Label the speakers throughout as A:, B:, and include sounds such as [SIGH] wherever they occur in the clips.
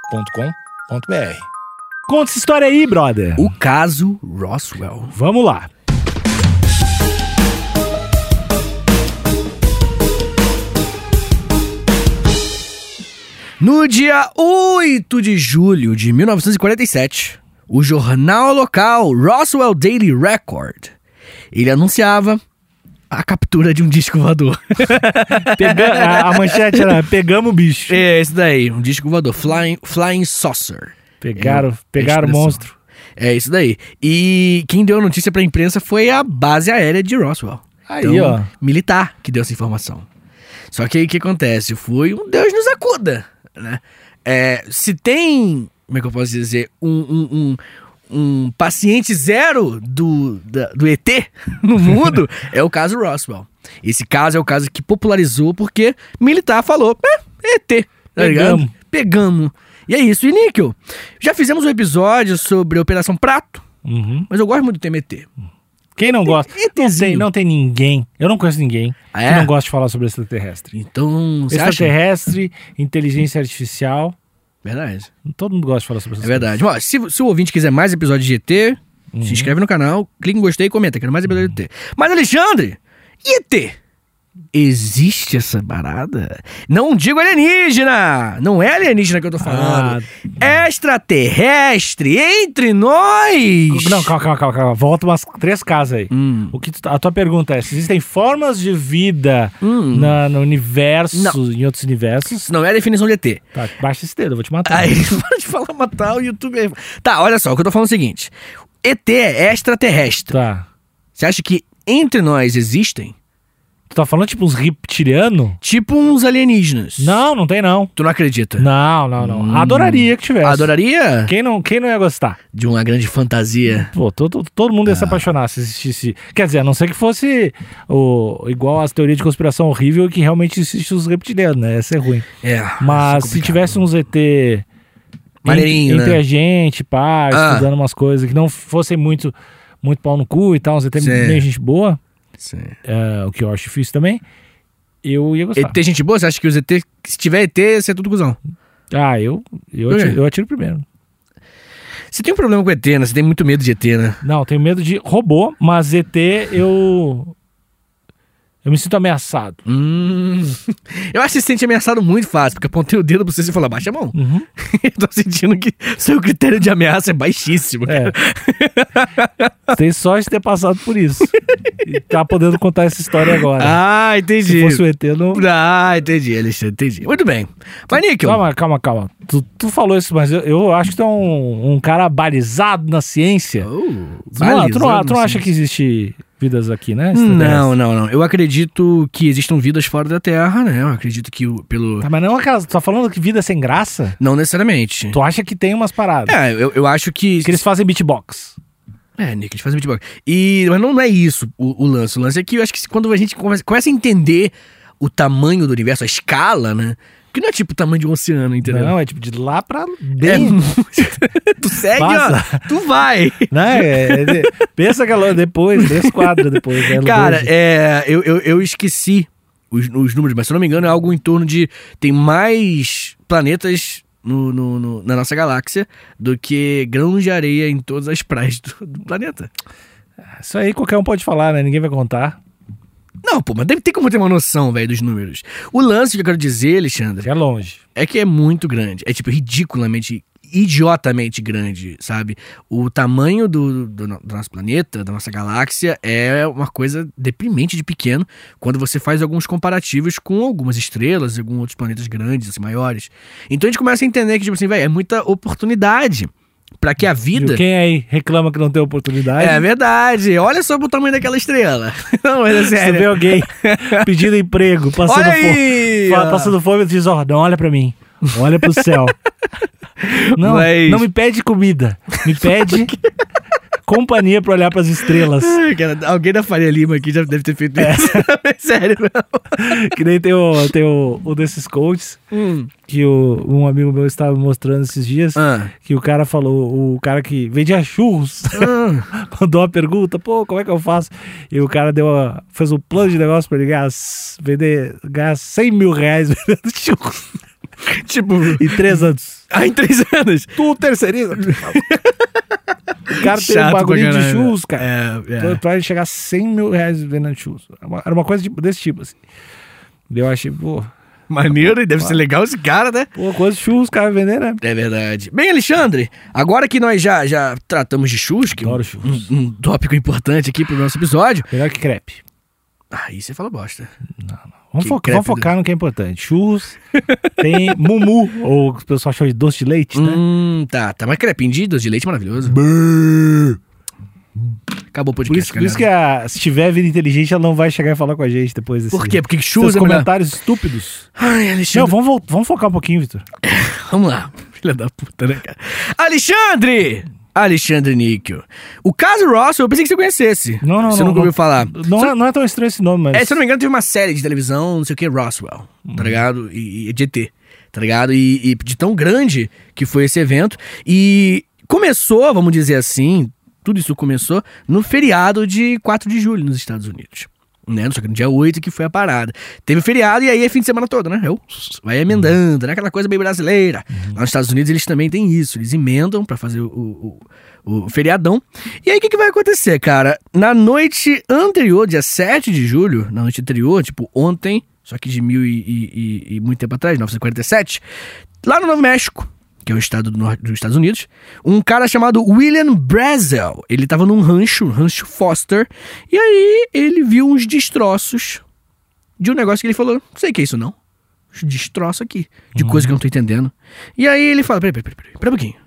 A: agenciadepodcast.com.br.
B: Conta essa história aí, brother.
C: O caso Roswell.
B: Vamos lá.
C: No dia 8 de julho de 1947, o jornal local Roswell Daily Record, ele anunciava a captura de um disco voador.
B: Pega- a, a manchete era pegamos o bicho.
C: é, esse daí, [LAUGHS] um disco voador, Flying, flying Saucer.
B: Pegaram,
C: É,
B: pegaram o
C: expressão.
B: monstro.
C: É isso daí. E quem deu a notícia pra imprensa foi a base aérea de Roswell.
B: Aí,
C: Então,
B: ó.
C: Militar que deu essa informação. Só que aí o que acontece? Foi um Deus nos acuda, né? É, se tem, como é que eu posso dizer, um, um, um, um paciente zero do, da- do ET [LAUGHS]
B: [LAUGHS]
C: no mundo, é o caso Roswell. Esse caso é o caso que popularizou porque militar falou, é, ET, tá ligado?
B: Pegamos.
C: Pegamos. E é isso, e Níquel, já fizemos um episódio sobre a Operação Prato,
B: Uhum.
C: mas eu gosto muito do tema ET.
B: Quem não gosta? Não tem,
C: ETzinho.
B: não tem ninguém. Eu não conheço ninguém
C: Ah,
B: que
C: é?
B: não gosta de falar sobre extraterrestre.
C: Então,
B: é
C: você acha?
B: Extraterrestre, inteligência artificial.
C: Verdade.
B: Todo mundo gosta de falar sobre
C: É
B: essas
C: verdade. Ó, se, se o ouvinte quiser mais episódios de ET,
B: Uhum.
C: se inscreve no canal, clica em gostei e comenta. Quero mais episódios de ET. Mas, Alexandre, e ET? Existe essa parada? Não digo alienígena! Não é alienígena que eu tô falando.
B: Ah,
C: É Extraterrestre entre nós!
B: Não, calma, calma, calma, calma. Volta umas três casas aí.
C: Hum.
B: O que tu- a tua pergunta é: se existem formas de vida
C: Hum.
B: na- no universo,
C: Não.
B: em outros universos?
C: Isso não é a definição de ET.
B: Tá, baixa esse dedo, eu vou te matar.
C: Aí [LAUGHS] para de falar matar o YouTube aí. Tá, olha só, o que eu tô falando é o seguinte: ET é extraterrestre.
B: Tá.
C: Você acha que entre nós existem?
B: Tu tá falando tipo uns reptilianos?
C: Tipo uns alienígenas.
B: Não, não tem não.
C: Tu não acredita?
B: Não, não, não.
C: Hum.
B: Adoraria que tivesse.
C: Adoraria
B: Quem não, quem não ia gostar?
C: de uma grande fantasia.
B: Pô, todo, todo mundo ia
C: Ah.
B: se apaixonar se existisse. Quer dizer, a não ser que fosse o, igual as teorias de conspiração horrível que realmente existe os reptilianos, né? Ia ser ruim.
C: É.
B: Mas se
C: isso é complicado.
B: tivesse uns ET entre-
C: Maneirinho,
B: entre
C: né?
B: a gente, pá,
C: Ah.
B: estudando umas coisas que não fossem muito, muito pau no cu e tal, uns ET
C: Sim.
B: meio gente boa,
C: Sim.
B: é, o que eu acho difícil também, eu ia gostar.
C: ET, gente boa, você acha que os ET. Se tiver ET, você é tudo cuzão.
B: Ah, eu, eu,
C: Por quê?
B: atiro, eu atiro primeiro.
C: Você tem um problema com ET, né? Você tem muito medo de ET, né?
B: Não, tenho medo de robô, mas ET eu. Eu me sinto ameaçado.
C: Hum. Eu acho que você se sente ameaçado muito fácil, porque apontei o dedo pra você e você falou, baixa a mão.
B: Uhum.
C: [LAUGHS] Eu tô sentindo que seu critério de ameaça é baixíssimo. cara. [LAUGHS]
B: É. Tem sorte de ter passado por isso. E tá podendo contar essa história agora.
C: Ah, entendi.
B: Se fosse o ET, eu não.
C: Ah, entendi, Alexandre, entendi. Muito bem. Mas, Níquel,
B: Calma, calma, calma. Tu, tu falou isso, mas eu, eu acho que tu é um, um cara balizado na ciência.
C: Oh,
B: Tu não- tu não,
C: balizando,
B: tu não
C: sim.
B: acha que existe vidas aqui, né?
C: Não, não, não. Eu acredito que existam vidas fora da Terra, né? Eu acredito que o- pelo.
B: Tá, mas não aquelas. Tu tá falando que vida sem graça?
C: Não necessariamente.
B: Tu acha que tem umas paradas.
C: É, eu, eu acho que.
B: Que eles fazem beatbox.
C: É, Nick, a gente faz beatbox. E... Mas não é isso o, o lance. O lance é que eu acho que quando a gente começa, começa a entender o tamanho do universo, a escala, né? Que não é tipo o tamanho de um oceano, entendeu?
B: Não, é tipo de lá pra
C: É
B: bem.
C: muito. [LAUGHS] tu segue,
B: Passa.
C: ó. Tu vai.
B: Né?
C: [LAUGHS]
B: É, é de- pensa que ela depois, três quadras depois. né? Ela
C: [LAUGHS] Cara,
B: longe.
C: é, eu, eu, eu esqueci os, os números, mas se eu não me engano, é algo em torno de. Tem mais planetas no, no- no- na nossa galáxia do que grãos de areia em todas as praias do, do planeta.
B: Isso aí qualquer um pode falar, né? Ninguém vai contar.
C: Não, pô, mas deve ter como ter uma noção, velho, dos números. O lance que eu quero dizer, Alexandre,
B: É longe.
C: é que é muito grande. É, tipo, ridiculamente, idiotamente grande, sabe? O tamanho do, do, no- do nosso planeta, da nossa galáxia, é uma coisa deprimente de pequeno quando você faz alguns comparativos com algumas estrelas e alguns outros planetas grandes, assim, maiores. Então a gente começa a entender que, tipo assim, velho, é muita oportunidade pra que a vida.
B: E Quem aí reclama que não tem oportunidade?
C: É verdade. Olha só pro tamanho daquela estrela. [LAUGHS] Não, mas é
B: Você vê
C: sério. [LAUGHS]
B: alguém pedindo emprego, passando
C: Olha
B: fome.
C: aí!
B: Fala-
C: ó.
B: Passando fome, diz, ó, não olha pra mim. Olha pro
C: [LAUGHS]
B: céu. Não,
C: Mas-
B: não me pede comida. Me
C: [LAUGHS]
B: pede companhia pra olhar pras estrelas.
C: Ai, cara, alguém da Faria Lima aqui já deve ter feito
B: É.
C: isso. [LAUGHS] É sério, não.
B: [LAUGHS] Que nem tem o, tem o, o desses coaches
C: Hum.
B: que o- um amigo meu estava me mostrando esses dias.
C: [LAUGHS] Ah.
B: Que o cara falou, o cara que vendia churros [LAUGHS] mandou uma pergunta, pô, como é que eu faço? E o cara deu uma, fez um [LAUGHS] plano de negócio pra ele ganhar, s- vender, ganhar 100 mil reais vendendo churros.
C: tipo,
B: E três anos.
C: ah, em três anos.
B: Tu terceiriza. [LAUGHS] o cara tem um
C: Chato pra
B: bagulho de
C: caralho.
B: shoes, cara.
C: É, é.
B: Pra- Pra ele chegar a 100 mil reais vendendo shoes. Era uma- Era uma coisa tipo- desse tipo, assim. Eu achei, pô,
C: Maneiro, e deve ser legal esse cara, né?
B: pô coisa de shoes, cara, vendendo, né?
C: É verdade. Bem, Alexandre, agora que nós já, já tratamos de churros, que é um,
B: Adoro churros.
C: um- um tópico importante aqui pro nosso episódio.
B: Melhor que crepe.
C: Aí você fala bosta. né?
B: Vamos,
C: Que
B: foca-
C: crepe
B: vamos focar no que é importante. Churros, [LAUGHS] tem mumu, ou o que o pessoal chama de doce de leite, né?
C: Hum, tá, tá. Mas crepinho de doce de leite maravilhoso. Acabou o
B: Por
C: podcast,
B: isso, por isso que a- se tiver vida inteligente, ela não vai chegar e falar com a gente depois desse.
C: Por quê? Porque
B: Seus
C: churros é melhor.
B: comentários estúpidos.
C: Ai,
B: Não,
C: Alexandre.
B: vamos, vol- vamos focar um pouquinho, Vitor.
C: Vamos lá. Filha da puta, né, cara? Alexandre! Alexandre Níquel. O caso Russell, eu pensei que você conhecesse.
B: Não, não,
C: Você
B: não,
C: nunca
B: não.
C: ouviu falar.
B: Não, é, não é tão estranho esse nome, mas.
C: É, se eu não me engano, teve uma série de televisão, não sei o que, Roswell, tá ligado? E, e de ET, tá ligado? E, e de tão grande que foi esse evento. E começou, vamos dizer assim, tudo isso começou no feriado de 4 de julho nos Estados Unidos. Né? Só que no dia 8 que foi a parada. Teve feriado e aí é fim de semana todo, né? Eu, vai emendando, né? Aquela coisa bem brasileira. Lá nos Estados Unidos eles também têm isso. Eles emendam pra fazer o, o- o feriadão. E aí, o que, que vai acontecer, cara? Na noite anterior, dia 7 de julho, na noite anterior, tipo ontem, só que de mil e, e- e- e muito tempo atrás, 1947, lá no Novo México, que é um estado do nor- dos Estados Unidos, um cara chamado William Brazel, ele tava num rancho, um rancho Foster, e aí ele viu uns destroços de um negócio que ele falou, não sei o que é isso não, uns destroços aqui, de coisa que eu não tô entendendo. E aí ele fala, peraí, peraí, peraí, peraí, peraí um pouquinho.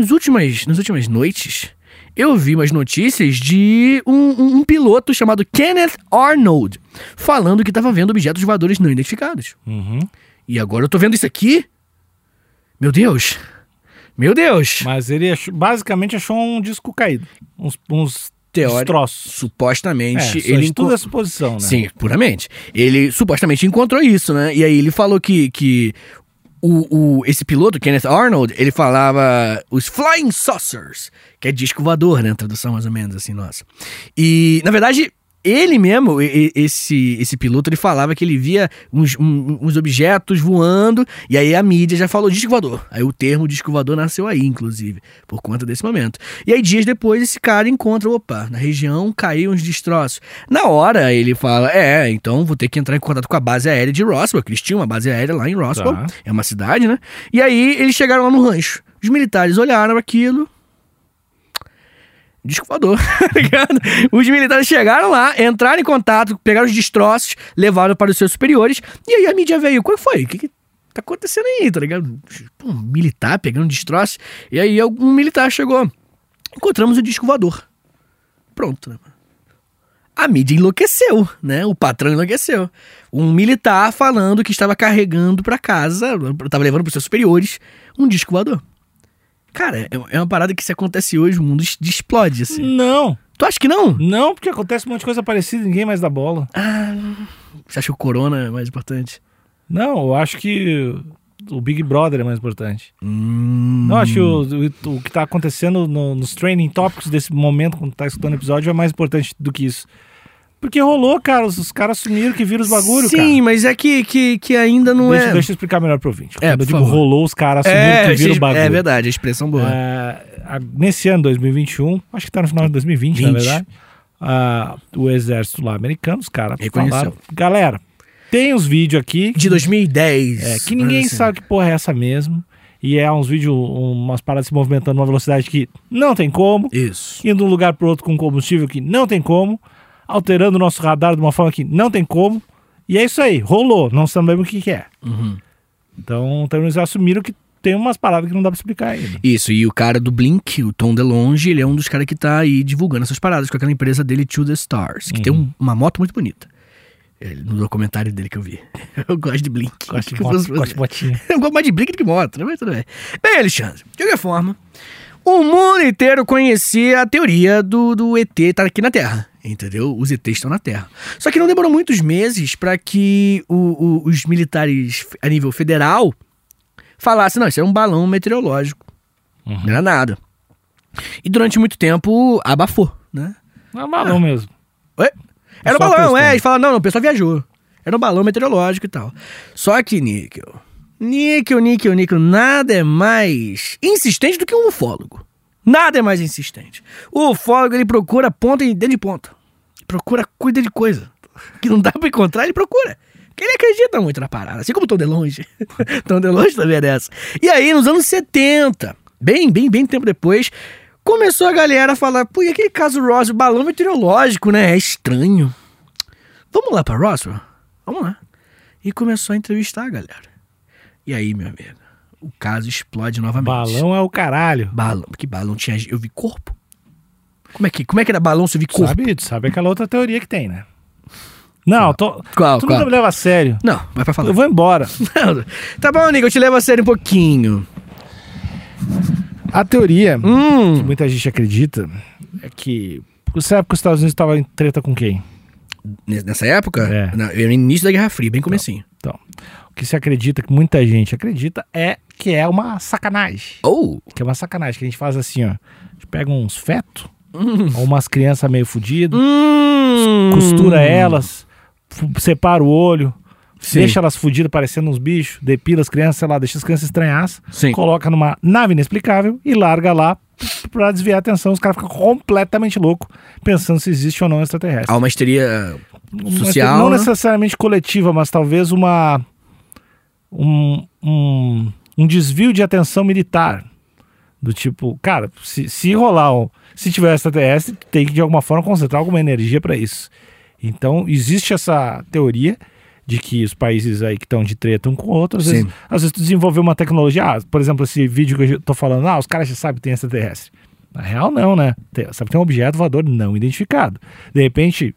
C: Nas últimas, nas últimas noites, eu vi umas notícias de um, um- um piloto chamado Kenneth Arnold falando que estava vendo objetos voadores não identificados.
B: Uhum.
C: E agora eu tô vendo isso aqui? Meu Deus! Meu Deus!
B: Mas ele achou- basicamente achou um disco caído. Uns, uns
C: Teórico.
B: destroços.
C: Supostamente
B: É,
C: ele
B: ele tudo
C: enco-
B: é suposição, né?
C: Sim, puramente. Ele supostamente encontrou isso, né? E aí ele falou que, que o, o- esse piloto, Kenneth Arnold, ele falava os Flying Saucers, que é disco voador, né? Tradução mais ou menos assim, nossa. E, na verdade, ele mesmo, e- e- esse, esse piloto, ele falava que ele via uns, um- uns objetos voando, e aí a mídia já falou disco voador. Aí o termo disco voador nasceu aí, inclusive, por conta desse momento. E aí, dias depois, esse cara encontra, opa, na região caiu uns destroços. Na hora, ele fala, é, então vou ter que entrar em contato com a base aérea de Roswell, que eles tinham uma base aérea lá em Roswell,
B: Tá.
C: é uma cidade, né? E aí, eles chegaram lá no rancho. Os militares olharam aquilo, disco voador, [LAUGHS] tá ligado? Os militares chegaram lá, entraram em contato, pegaram os destroços, levaram para os seus superiores, e aí a mídia veio. Qual foi? O que, que tá acontecendo aí, tá ligado? Pô, um militar pegando destroços, e aí algum militar chegou. Encontramos o disco voador. Pronto, né? mano? A mídia enlouqueceu, né? O patrão enlouqueceu. Um militar falando que estava carregando para casa, estava levando para seus superiores, um disco voador. Cara, é- é uma parada que se acontece hoje, o mundo es- explode, assim.
B: Não,
C: Tu acha que não?
B: não, porque acontece um monte de coisa parecida e ninguém mais dá bola.
C: Ah, Você acha que o corona é mais importante?
B: Não, eu acho que o Big Brother é mais importante.
C: Hum.
B: Não, acho que o, o- o que tá acontecendo no- nos training topics desse momento, quando tá escutando o episódio, é mais importante do que isso. Porque rolou, cara, os, os caras sumiram que viram os bagulho,
C: Sim,
B: cara.
C: mas é que, que, que ainda não
B: deixa,
C: é.
B: deixa eu explicar melhor pro ouvinte.
C: É,
B: Quando
C: por
B: eu digo
C: favor.
B: rolou, os caras assumiram
C: é,
B: que viram o
C: gente,
B: bagulho.
C: é verdade, a expressão boa.
B: É, a- nesse ano, 2021, acho que tá no final de 2020, na
C: 20.
B: verdade, ah, o exército lá americano, os caras
C: Reconheceu.
B: falaram, galera, tem uns vídeos aqui
C: De 2010.
B: é, que ninguém
C: mas assim,
B: sabe que porra é essa mesmo, e é uns vídeos, umas paradas se movimentando numa velocidade que não tem como,
C: Isso.
B: indo de um lugar pro outro com combustível que não tem como, alterando o nosso radar de uma forma que não tem como, e é isso aí, rolou, não sabemos o que, que é.
C: Uhum.
B: Então, então eles assumiram que tem umas paradas que não dá pra explicar ainda.
C: Isso, e o cara do Blink, o Tom DeLonge, ele é um dos caras que tá aí divulgando essas paradas com aquela empresa dele, To The Stars, que tem
B: Uhum.
C: um- uma moto muito bonita. Ele- No documentário dele que eu vi. [LAUGHS] Eu gosto de Blink.
B: Gosto de
C: Que
B: bot-
C: você-
B: gosto de botinha.
C: [LAUGHS] Eu gosto mais de Blink do que moto, né? Mas tudo bem. Bem, Alexandre, de qualquer forma, o mundo inteiro conhecia a teoria do, do ET estar aqui na Terra. Entendeu? Os ETs estão na Terra. Só que não demorou muitos meses para que o- o- os militares a nível federal falassem: não, isso é um balão meteorológico. Não era nada. E durante muito tempo abafou, né?
B: É um balão mesmo.
C: Ué? Era um
B: Só
C: balão,
B: testando.
C: é. Eles falaram, não, não, o pessoal viajou. Era um balão meteorológico e tal. Só que, Níquel, Níquel, níquel, níquel, nada é mais insistente do que um ufólogo. Nada é mais insistente. O ufólogo, ele procura ponta e dedo de ponta. Procura cuida de coisa. Que não dá pra encontrar, ele procura. Porque ele acredita muito na parada, assim como o Tom DeLonge. [LAUGHS] Tom DeLonge também é dessa. E aí, nos anos 70, bem, bem, bem tempo depois, começou a galera a falar, pô, e aquele caso Roswell, balão meteorológico, né? É estranho. Vamos lá pra Roswell? Vamos lá. E começou a entrevistar a galera. E aí, meu amigo, o caso explode novamente.
B: Balão é o caralho.
C: Balão. Porque balão tinha. Eu vi corpo. Como é que, como é que era balão se eu vi corpo?
B: Sabe, tu sabe aquela outra teoria que tem, né? Não, tô,
C: Qual,
B: tu
C: qual?
B: nunca me leva a sério.
C: Não, vai pra falar.
B: Eu
C: [LAUGHS]
B: vou embora.
C: tá bom, Nico, eu te levo a sério um pouquinho.
B: A [LAUGHS] teoria que
C: Hum.
B: muita gente acredita é que. Você sabe que os Estados Unidos estavam em treta com quem?
C: Nessa época?
B: É.
C: Não, eu era no início da Guerra Fria, bem comecinho.
B: Então, o que se acredita, que muita gente acredita, é que é uma sacanagem.
C: Ou.
B: Que é uma sacanagem, que a gente faz assim, ó. A gente pega uns fetos, ou umas crianças meio fodidas,
C: Hum.
B: costura elas, f- separa o olho,
C: Sim.
B: deixa elas fodidas parecendo uns bichos, depila as crianças, sei lá, deixa as crianças estranhaças,
C: Sim.
B: coloca numa nave inexplicável e larga lá p- pra desviar a atenção. Os caras ficam completamente loucos, pensando se existe ou não extraterrestre.
C: Há uma histeria
B: Mas
C: social.
B: Não
C: né?
B: necessariamente coletiva, mas talvez uma. Um, um, um desvio de atenção militar. Do tipo, cara, se, se rolar um. Se tiver extraterrestre, tem que de alguma forma concentrar alguma energia para isso. Então, existe essa teoria de que os países aí que estão de treta um com o outro, às vezes,
C: Sim.
B: às vezes tu desenvolveu uma tecnologia. Ah, por exemplo, esse vídeo que eu tô falando, ah, os caras já sabem que tem extraterrestre. Na real, não, né? Tem, sabe que tem um objeto voador não identificado. De repente,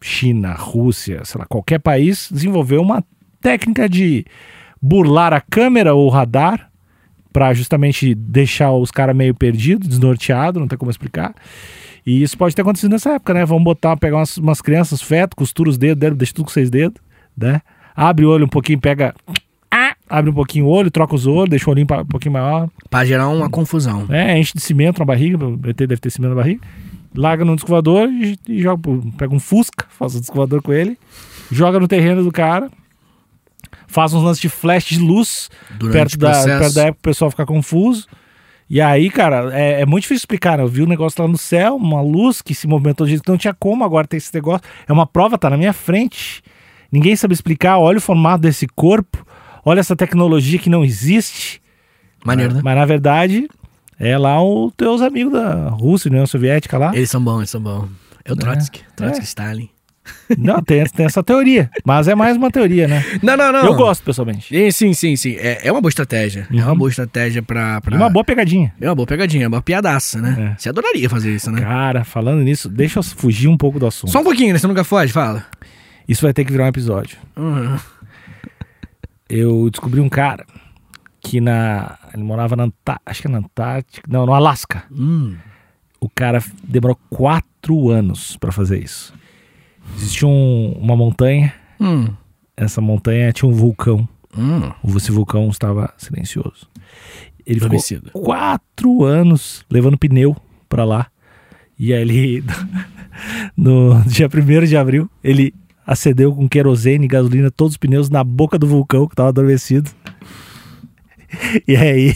B: China, Rússia, sei lá, qualquer país desenvolveu uma técnica de burlar a câmera ou o radar para justamente deixar os caras meio perdidos, desnorteados, não tem como explicar. E isso pode ter acontecido nessa época, né? Vamos botar, pegar umas, umas crianças, feto, costura os dedos, dedo, deixa tudo com seis dedos, né? Abre o olho um pouquinho, pega. Ah! Abre um pouquinho o olho, troca os olhos, deixa o olhinho pa- um pouquinho maior,
C: Pra gerar uma confusão.
B: né? Enche de cimento na barriga, o ET deve ter cimento na barriga. Larga no descovador e, e joga, pro- pega um Fusca, [LAUGHS] faz o descovador com ele, joga no terreno do cara, faz uns lances de flash de luz
C: Durante
B: É. perto
C: o
B: da,
C: processo.
B: perto da época o pessoal fica confuso. E aí, cara, é, é muito difícil explicar, né? Eu vi um negócio lá no céu, uma luz que se movimentou de jeito que não tinha como, agora tem esse negócio. É uma prova, tá na minha frente. Ninguém sabe explicar, olha o formato desse corpo, olha essa tecnologia que não existe.
C: Maneiro, né?
B: Mas na verdade, é lá os teus amigos da Rússia, União Soviética
C: [LAUGHS]
B: lá.
C: Eles são bons, eles são bons. Ah? É o Trotsky. Trotsky
B: É.
C: Stalin.
B: Não, tem, tem essa teoria. Mas é mais uma teoria, né?
C: Não, não, não.
B: Eu gosto, pessoalmente.
C: Sim, sim, sim. sim. É, é uma boa estratégia. É uma boa estratégia pra. pra...
B: E uma boa pegadinha.
C: É uma boa pegadinha, é uma piadaça, né? Você adoraria fazer isso, né?
B: Cara, falando nisso, deixa eu fugir um pouco do assunto.
C: Só um pouquinho, né? Você nunca foge, fala. Uhum.
B: Isso vai ter que virar um episódio. eu descobri um cara que na. Ele morava na Antártica. Acho que é na Antártica. Não, no Alasca.
C: Hum.
B: O cara f- demorou quatro anos pra fazer isso. Existia um- uma montanha.
C: Hum.
B: Essa montanha tinha um vulcão.
C: Hum.
B: O- Esse vulcão estava silencioso. Ele
C: Adormecido.
B: ficou quatro anos levando pneu pra lá. E aí ele, [LAUGHS] no dia 1 de abril, ele acendeu com querosene e gasolina todos os pneus na boca do vulcão que estava adormecido. E aí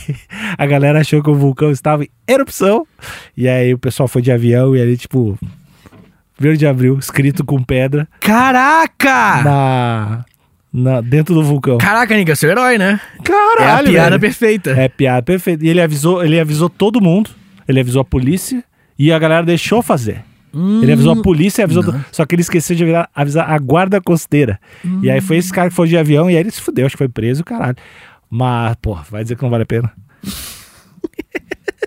B: a galera achou que o vulcão estava em erupção. E aí o pessoal foi de avião e ali, tipo, 1 de abril, escrito com pedra Ah.
C: Caraca!
B: na, na, dentro do vulcão.
C: Caraca, Nica, seu herói, né? é a
B: Caralho,
C: piada
B: velho.
C: perfeita.
B: É piada perfeita. E ele avisou, ele avisou todo mundo. Ele avisou a polícia e a galera deixou fazer. Ele avisou
C: Hum.
B: a polícia e avisou. todo- Só que ele esqueceu de avisar, avisar a guarda costeira. E aí foi esse cara que foi de avião e aí ele se fudeu, acho que foi preso, caralho. Mas, pô, vai dizer que não vale a
C: [LAUGHS]
B: pena.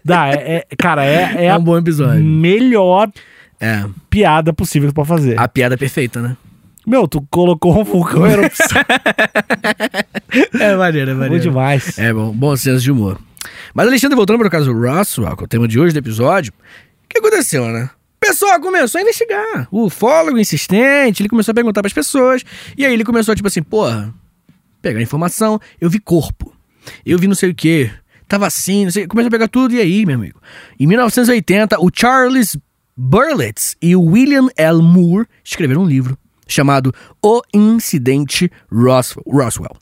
B: Dá, é, é- cara, é, é
C: É
B: a
C: um bom episódio.
B: melhor
C: É.
B: piada possível pra fazer.
C: A piada perfeita, né?
B: Meu, tu colocou um vulcão,
C: [LAUGHS]
B: era um
C: É maneiro, é
B: bom demais.
C: É bom, bom senso de humor. Mas, Alexandre, voltando para o caso Roswell, que é o tema de hoje do episódio, o que aconteceu, né? O pessoal começou a investigar. O ufólogo insistente, ele começou a perguntar para as pessoas. E aí ele começou, tipo assim, porra, pegar informação, eu vi corpo, eu vi não sei o quê, tava assim, não sei, começou a pegar tudo. E aí, meu amigo? Em 1980, o Charles Burlitz e o William L. Moore escreveram um livro chamado O Incidente Roswell. Roswell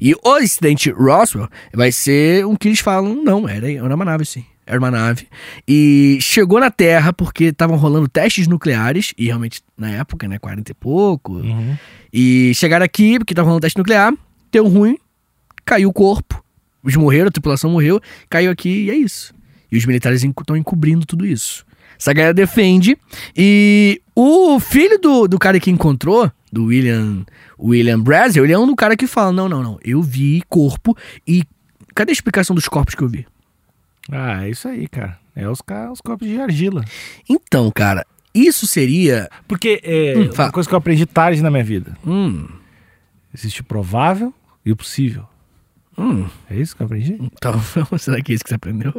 C: E o incidente Roswell vai ser um que eles falam, não, era, era uma nave, sim. Era uma nave. E chegou na Terra porque estavam rolando testes nucleares, e realmente na época, né, 40 e pouco.
B: Uhum.
C: E chegaram aqui porque estavam rolando um teste nuclear, deu ruim, caiu o corpo, os morreram, a tripulação morreu, caiu aqui e é isso. E os militares estão encobrindo tudo isso. Essa galera defende. E o filho do, do cara que encontrou, do William William Brazel, ele é um do cara que fala: não, não, não, eu vi corpo e cadê a explicação dos corpos que eu vi?
B: Ah, é isso aí, cara. É os, ca- os copos de argila.
C: Então, cara, isso seria.
B: Porque é,
C: Hum,
B: uma
C: fala.
B: coisa que eu aprendi tarde na minha vida.
C: Hum,
B: Existe o provável e o possível.
C: hum.
B: É isso que eu aprendi?
C: Então, [LAUGHS] será que é isso que você aprendeu?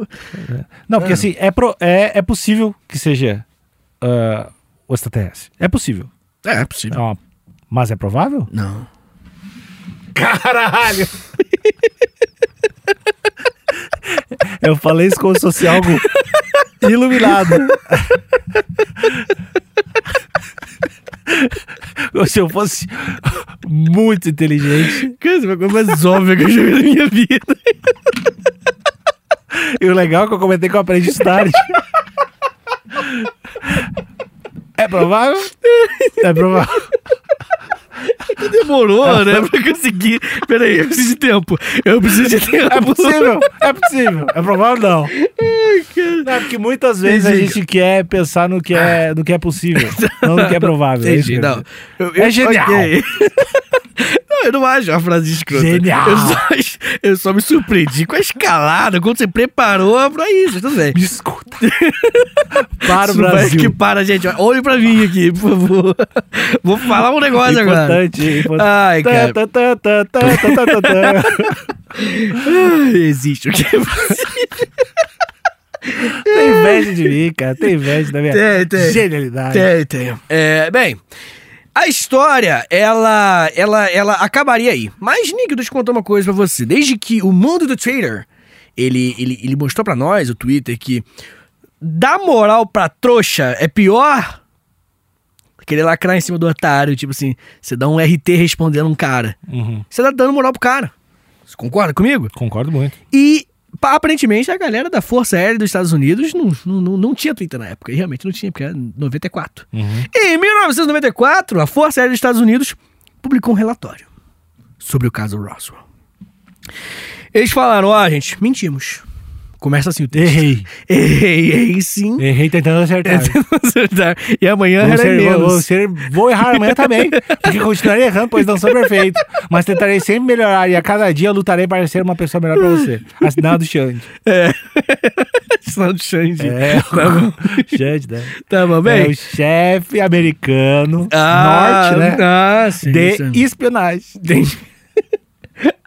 B: Não, porque assim, é, pro- é, é possível que seja ah, o extraterrestre. É possível.
C: É, é
B: É
C: possível.
B: uma- Mas é provável?
C: Não.
B: Caralho! Eu falei isso como se fosse algo [LAUGHS] iluminado. Como [LAUGHS] se eu fosse muito inteligente.
C: Cara, isso é uma coisa mais óbvia que eu já vi na minha vida.
B: E o legal é que eu comentei que eu aprendi isso tarde. É provável? É provável.
C: Demorou, né? Pra conseguir. Peraí, eu preciso de tempo. Eu preciso de tempo.
B: É possível? É possível. É provável não. Não, É porque muitas vezes a
C: Entendi.
B: gente quer pensar no que é, no que é possível, não no que é provável. É isso que
C: [LAUGHS] Entendi,
B: eu
C: não. Eu-
B: É
C: eu-
B: genial.
C: ok. [LAUGHS] não, eu não acho a frase escrota.
B: Genial.
C: Eu só, eu só me surpreendi com a escalada, quando você preparou pra isso, tudo bem.
B: Me escuta. Para o
C: Isso vai
B: Brasil.
C: Que para, gente. Olhe pra mim aqui, por favor. [LAUGHS] Vou falar um negócio agora.
B: Importante, importante.
C: Ai, cara.
B: Tá, tá, tá, tá, tá, tá, tá, tá.
C: Existe o que é
B: Tem inveja de mim, cara. Tem inveja da minha
C: Tem, tem.
B: genialidade.
C: Tem, tem. É, bem, a história, ela, ela, ela acabaria aí. Mas, Nick, deixa eu te contar uma coisa pra você. Desde que o mundo do Twitter, ele, ele, ele mostrou pra nós, o Twitter, que dar moral pra trouxa é pior... Querer lacrar em cima do otário, tipo assim, você dá um RT respondendo um cara.
B: Uhum.
C: Você tá dando moral pro cara. Você concorda comigo?
B: Concordo muito.
C: E pa- aparentemente a galera da Força Aérea dos Estados Unidos não, não, não, não tinha Twitter na época. E realmente não tinha, porque era 94.
B: Uhum.
C: Em 1994, a Força Aérea dos Estados Unidos publicou um relatório sobre o caso Roswell. Eles falaram, ó, gente, mentimos. Começa assim o texto.
B: Errei.
C: [LAUGHS] Errei, errei
B: [LAUGHS]
C: sim.
B: Errei tentando acertar.
C: [LAUGHS] e amanhã
B: Vou,
C: era
B: ser, vou, vou
C: [LAUGHS] menos.
B: ser- vou errar amanhã também, porque continuarei errando, pois não sou perfeito. Mas tentarei sempre melhorar e a cada dia eu lutarei para ser uma pessoa melhor para você. Assinado Xande.
C: Sinal de Xande.
B: É,
C: [LAUGHS] Tá bom.
B: Xande, né?
C: Tá bom,
B: É o
C: bem.
B: chefe americano,
C: Ah,
B: É, norte, né?
C: Ah, sim. sim.
B: De espionagem.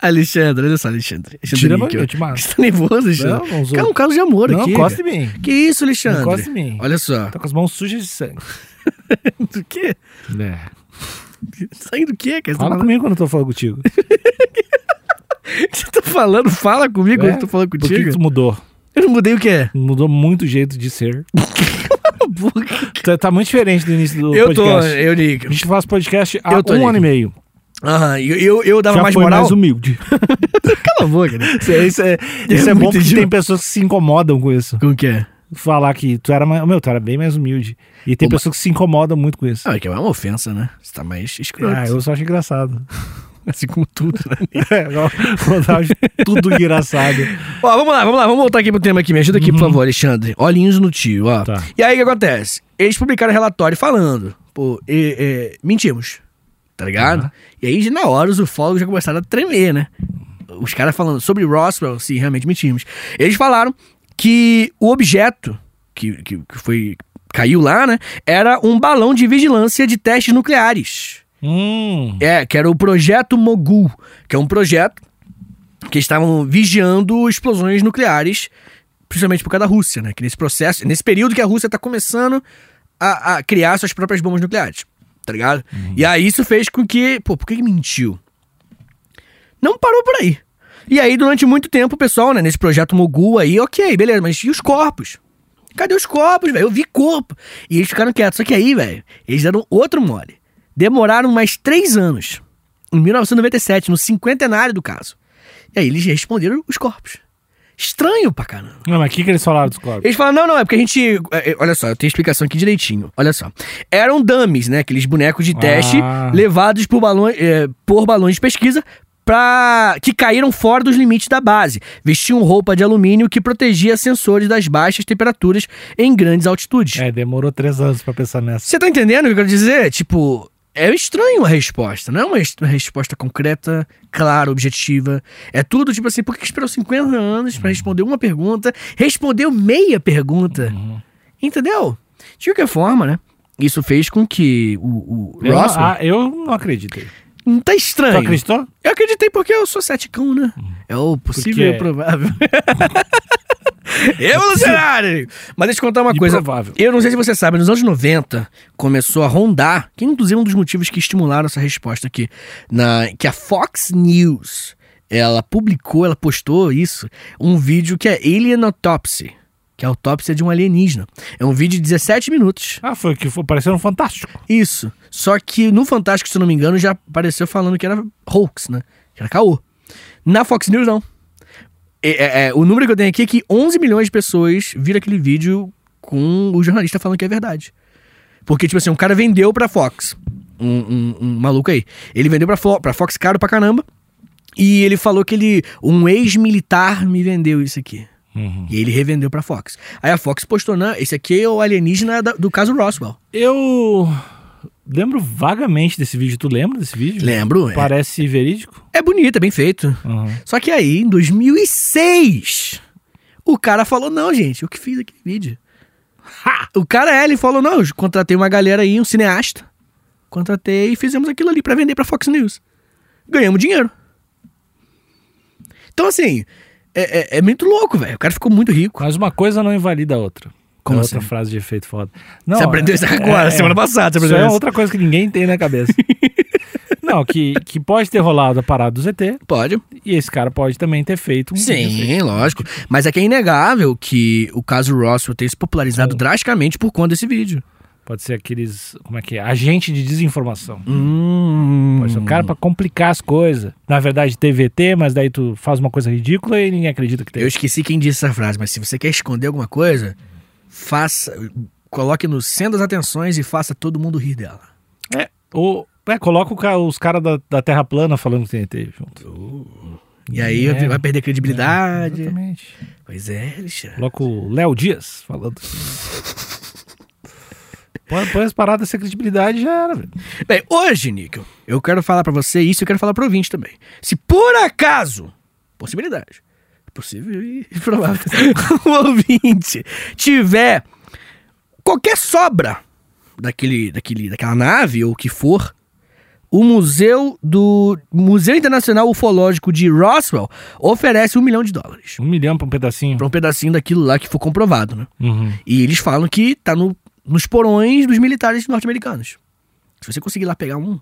C: Alexandre, olha só, Alexandre. Alexandre
B: Tira a
C: Níquel.
B: mão, eu te mato.
C: Você [LAUGHS] tá nervoso, Alexandre?
B: Não, não sou.
C: Cara, um caso de amor
B: Não,
C: aqui.
B: encosta
C: cara.
B: em mim.
C: Que isso, Alexandre?
B: Não encosta em mim.
C: Olha só.
B: Tá com as mãos sujas de sangue.
C: Do quê?
B: É.
C: Sangue do quê, cara? Você tá
B: Fala
C: falando-
B: comigo quando eu tô falando
C: [LAUGHS]
B: contigo.
C: Você tá falando? Fala comigo, eu tô falando
B: Por que que
C: contigo.
B: tu mudou?
C: Eu não mudei o é. [LAUGHS] quê?
B: Mudou muito o jeito de ser. tá, tá muito diferente do início do
C: Eu tô,
B: podcast.
C: eu ligo.
B: A gente faz podcast há
C: Eu tô
B: um ano
C: ali.
B: e meio.
C: Aham, eu, eu, eu dava
B: Já
C: mais um-
B: foi
C: moral.
B: mais humilde.
C: Cala a boca, [LAUGHS] né?
B: Isso é, isso é, isso é
C: [LAUGHS] Eu
B: bom
C: entendi.
B: porque tem pessoas que se incomodam com isso.
C: Como que é?
B: Falar que tu era mais. Meu, tu era bem mais humilde. E tem
C: Ô, mas-
B: pessoas que se incomodam muito com isso.
C: Ah, é que é uma ofensa, né? Você tá mais escroto.
B: Ah, eu só acho engraçado.
C: [LAUGHS]
B: [LAUGHS]
C: Assim como tudo, né?
B: É, eu- eu acho tudo engraçado.
C: Ó, vamos lá, vamos lá, vamos voltar aqui pro tema aqui. Me ajuda aqui, por favor, Alexandre. Olhinhos no tio, ó.
B: Tá.
C: E aí o que acontece? Eles publicaram um relatório falando, pô, é, é, mentimos, tá ligado? E aí, na hora, os ufólogos já começaram a tremer, né? Os caras falando sobre Roswell, se realmente mentimos. Eles falaram que o objeto que, que, que foi. caiu lá, né? Era um balão de vigilância de testes nucleares.
B: Hum.
C: É, que era o Projeto Mogul, que é um projeto que estavam vigiando explosões nucleares, principalmente por causa da Rússia, né? Que nesse processo, nesse período que a Rússia tá começando a, a criar suas próprias bombas nucleares, tá ligado? E aí isso fez com que, pô, por que que mentiu? Não parou por aí. E aí durante muito tempo o pessoal, né, nesse Projeto Mogul aí, ok, beleza, mas e os corpos? Cadê os corpos, velho? Eu vi corpo. E eles ficaram quietos. Só que aí, velho, eles deram outro mole. Demoraram mais três anos em 1997, no cinquentenário do caso. E aí eles responderam os corpos. Estranho pra caramba.
B: Não, mas o que, que eles falaram dos corpos?
C: Eles falaram, não, não, é porque a gente. é, é, Olha só, eu tenho a explicação aqui direitinho. Olha só. Eram dummies, né? Aqueles bonecos de teste
B: Ah.
C: levados por balões, é, por balões de pesquisa pra, que caíram fora dos limites da base. Vestiam roupa de alumínio que protegia sensores das baixas temperaturas em grandes altitudes.
B: É, demorou três anos pra pensar nessa.
C: Você tá entendendo o que eu quero dizer? Tipo, é estranho a resposta. Não é uma est- uma resposta concreta, clara, objetiva. É tudo tipo assim, por que esperou 50 anos
B: Uhum.
C: pra responder uma pergunta? Respondeu meia pergunta.
B: Uhum.
C: Entendeu? De qualquer forma, né? Isso fez com que o, o
B: Eu,
C: Ross.
B: ah, eu não acreditei.
C: Não tá
B: Tu
C: estranho.
B: acreditou?
C: Eu acreditei porque eu sou ceticão, né? É o possível e
B: Porque- [LAUGHS]
C: o provável. Evolucionário! Mas deixa eu contar uma
B: É E
C: coisa.
B: provável.
C: Eu não sei se você sabe, nos anos 90 começou a rondar, que inclusive é um dos motivos que estimularam essa resposta aqui, na, que a Fox News, ela publicou, ela postou isso, um vídeo que é Alien Autopsy, que é a autópsia de um alienígena. É um vídeo de 17 minutos.
B: Ah, foi o que foi, pareceu um fantástico.
C: Isso. Só que no Fantástico, se eu não me engano, já apareceu falando que era hoax, né? Que era caô. Na Fox News, não. É- é- é, o número que eu tenho aqui é que 11 milhões de pessoas viram aquele vídeo com o jornalista falando que é verdade. Porque, tipo assim, um cara vendeu pra Fox. Um, um- um maluco aí. Ele vendeu pra, Fo pra Fox caro pra caramba. E ele falou que ele. Um ex-militar me vendeu isso aqui. E ele revendeu pra Fox. Aí a Fox postou, né? Esse aqui é o alienígena da- do caso Roswell.
B: Eu lembro vagamente desse vídeo. Tu lembra desse vídeo?
C: Lembro? é.
B: Parece verídico?
C: É bonito, é bem feito.
B: Uhum.
C: Só que aí, em 2006, o cara falou: não, gente, eu que fiz aquele vídeo. Ha! O cara, é, ele falou: não, eu contratei uma galera aí, um cineasta. Contratei e fizemos aquilo ali pra vender pra Fox News. Ganhamos dinheiro. Então, assim, é, é- é muito louco, velho. O cara ficou muito rico.
B: Mas uma coisa não invalida a outra.
C: Como
B: é
C: assim?
B: outra frase de efeito foda. Não, é,
C: você aprendeu isso agora, semana passada. Você
B: Isso
C: aprendeu
B: é
C: isso.
B: outra coisa que ninguém tem na
C: [LAUGHS]
B: cabeça. não, que, que pode ter rolado a parada do ZT
C: Pode.
B: e esse cara pode também ter feito um.
C: Sim, lógico. Mas é que é inegável que o caso Roswell tenha se popularizado drasticamente por conta desse vídio.
B: Pode ser aqueles. Como é que é? Agente de desinformação.
C: Hum.
B: Pode ser um cara pra complicar as coisas. Na verdade, TVT, mas daí tu faz uma coisa ridícula e ninguém acredita que
C: Eu
B: teve.
C: esqueci quem disse essa frase, mas se você quer esconder alguma coisa, faça. Coloque no centro das atenções e faça todo mundo rir dela.
B: É, ou, é, coloca o ca- os caras da, da Terra Plana falando que TNT junto.
C: E aí
B: É.
C: vai perder credibilidade.
B: Exatamente.
C: pois é, Alexandre.
B: Coloca o Léo Dias falando. assim. Põe, põe as paradas sem credibilidade já era, velho.
C: Bem, hoje, Níquel, eu quero falar pra você isso e eu quero falar pro ouvinte também. Se por acaso, possibilidade, possível e [LAUGHS] provável, o ouvinte tiver qualquer sobra daquele, daquele, daquela nave ou o que for, o museu do Museu Internacional Ufológico de Roswell oferece um milhão de dólares
B: Um milhão pra um pedacinho.
C: pra um pedacinho daquilo lá que for comprovado, né?
B: Uhum.
C: E eles falam que tá no- nos porões dos militares norte-americanos. Se você conseguir lá pegar um,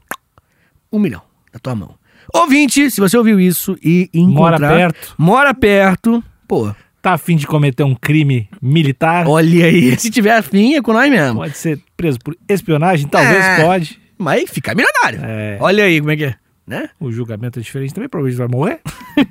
C: um milhão da tua mão. Ouvinte, se você ouviu isso e
B: Mora
C: encontrar...
B: perto.
C: Mora perto. Pô,
B: Tá afim de cometer um crime militar?
C: olha aí. Se tiver afim, é com nós mesmo.
B: Pode ser preso por espionagem? Talvez
C: É.
B: pode.
C: Mas fica milionário.
B: É.
C: Olha aí como é que é, né?
B: O julgamento é diferente também, provavelmente vai morrer.
C: [LAUGHS]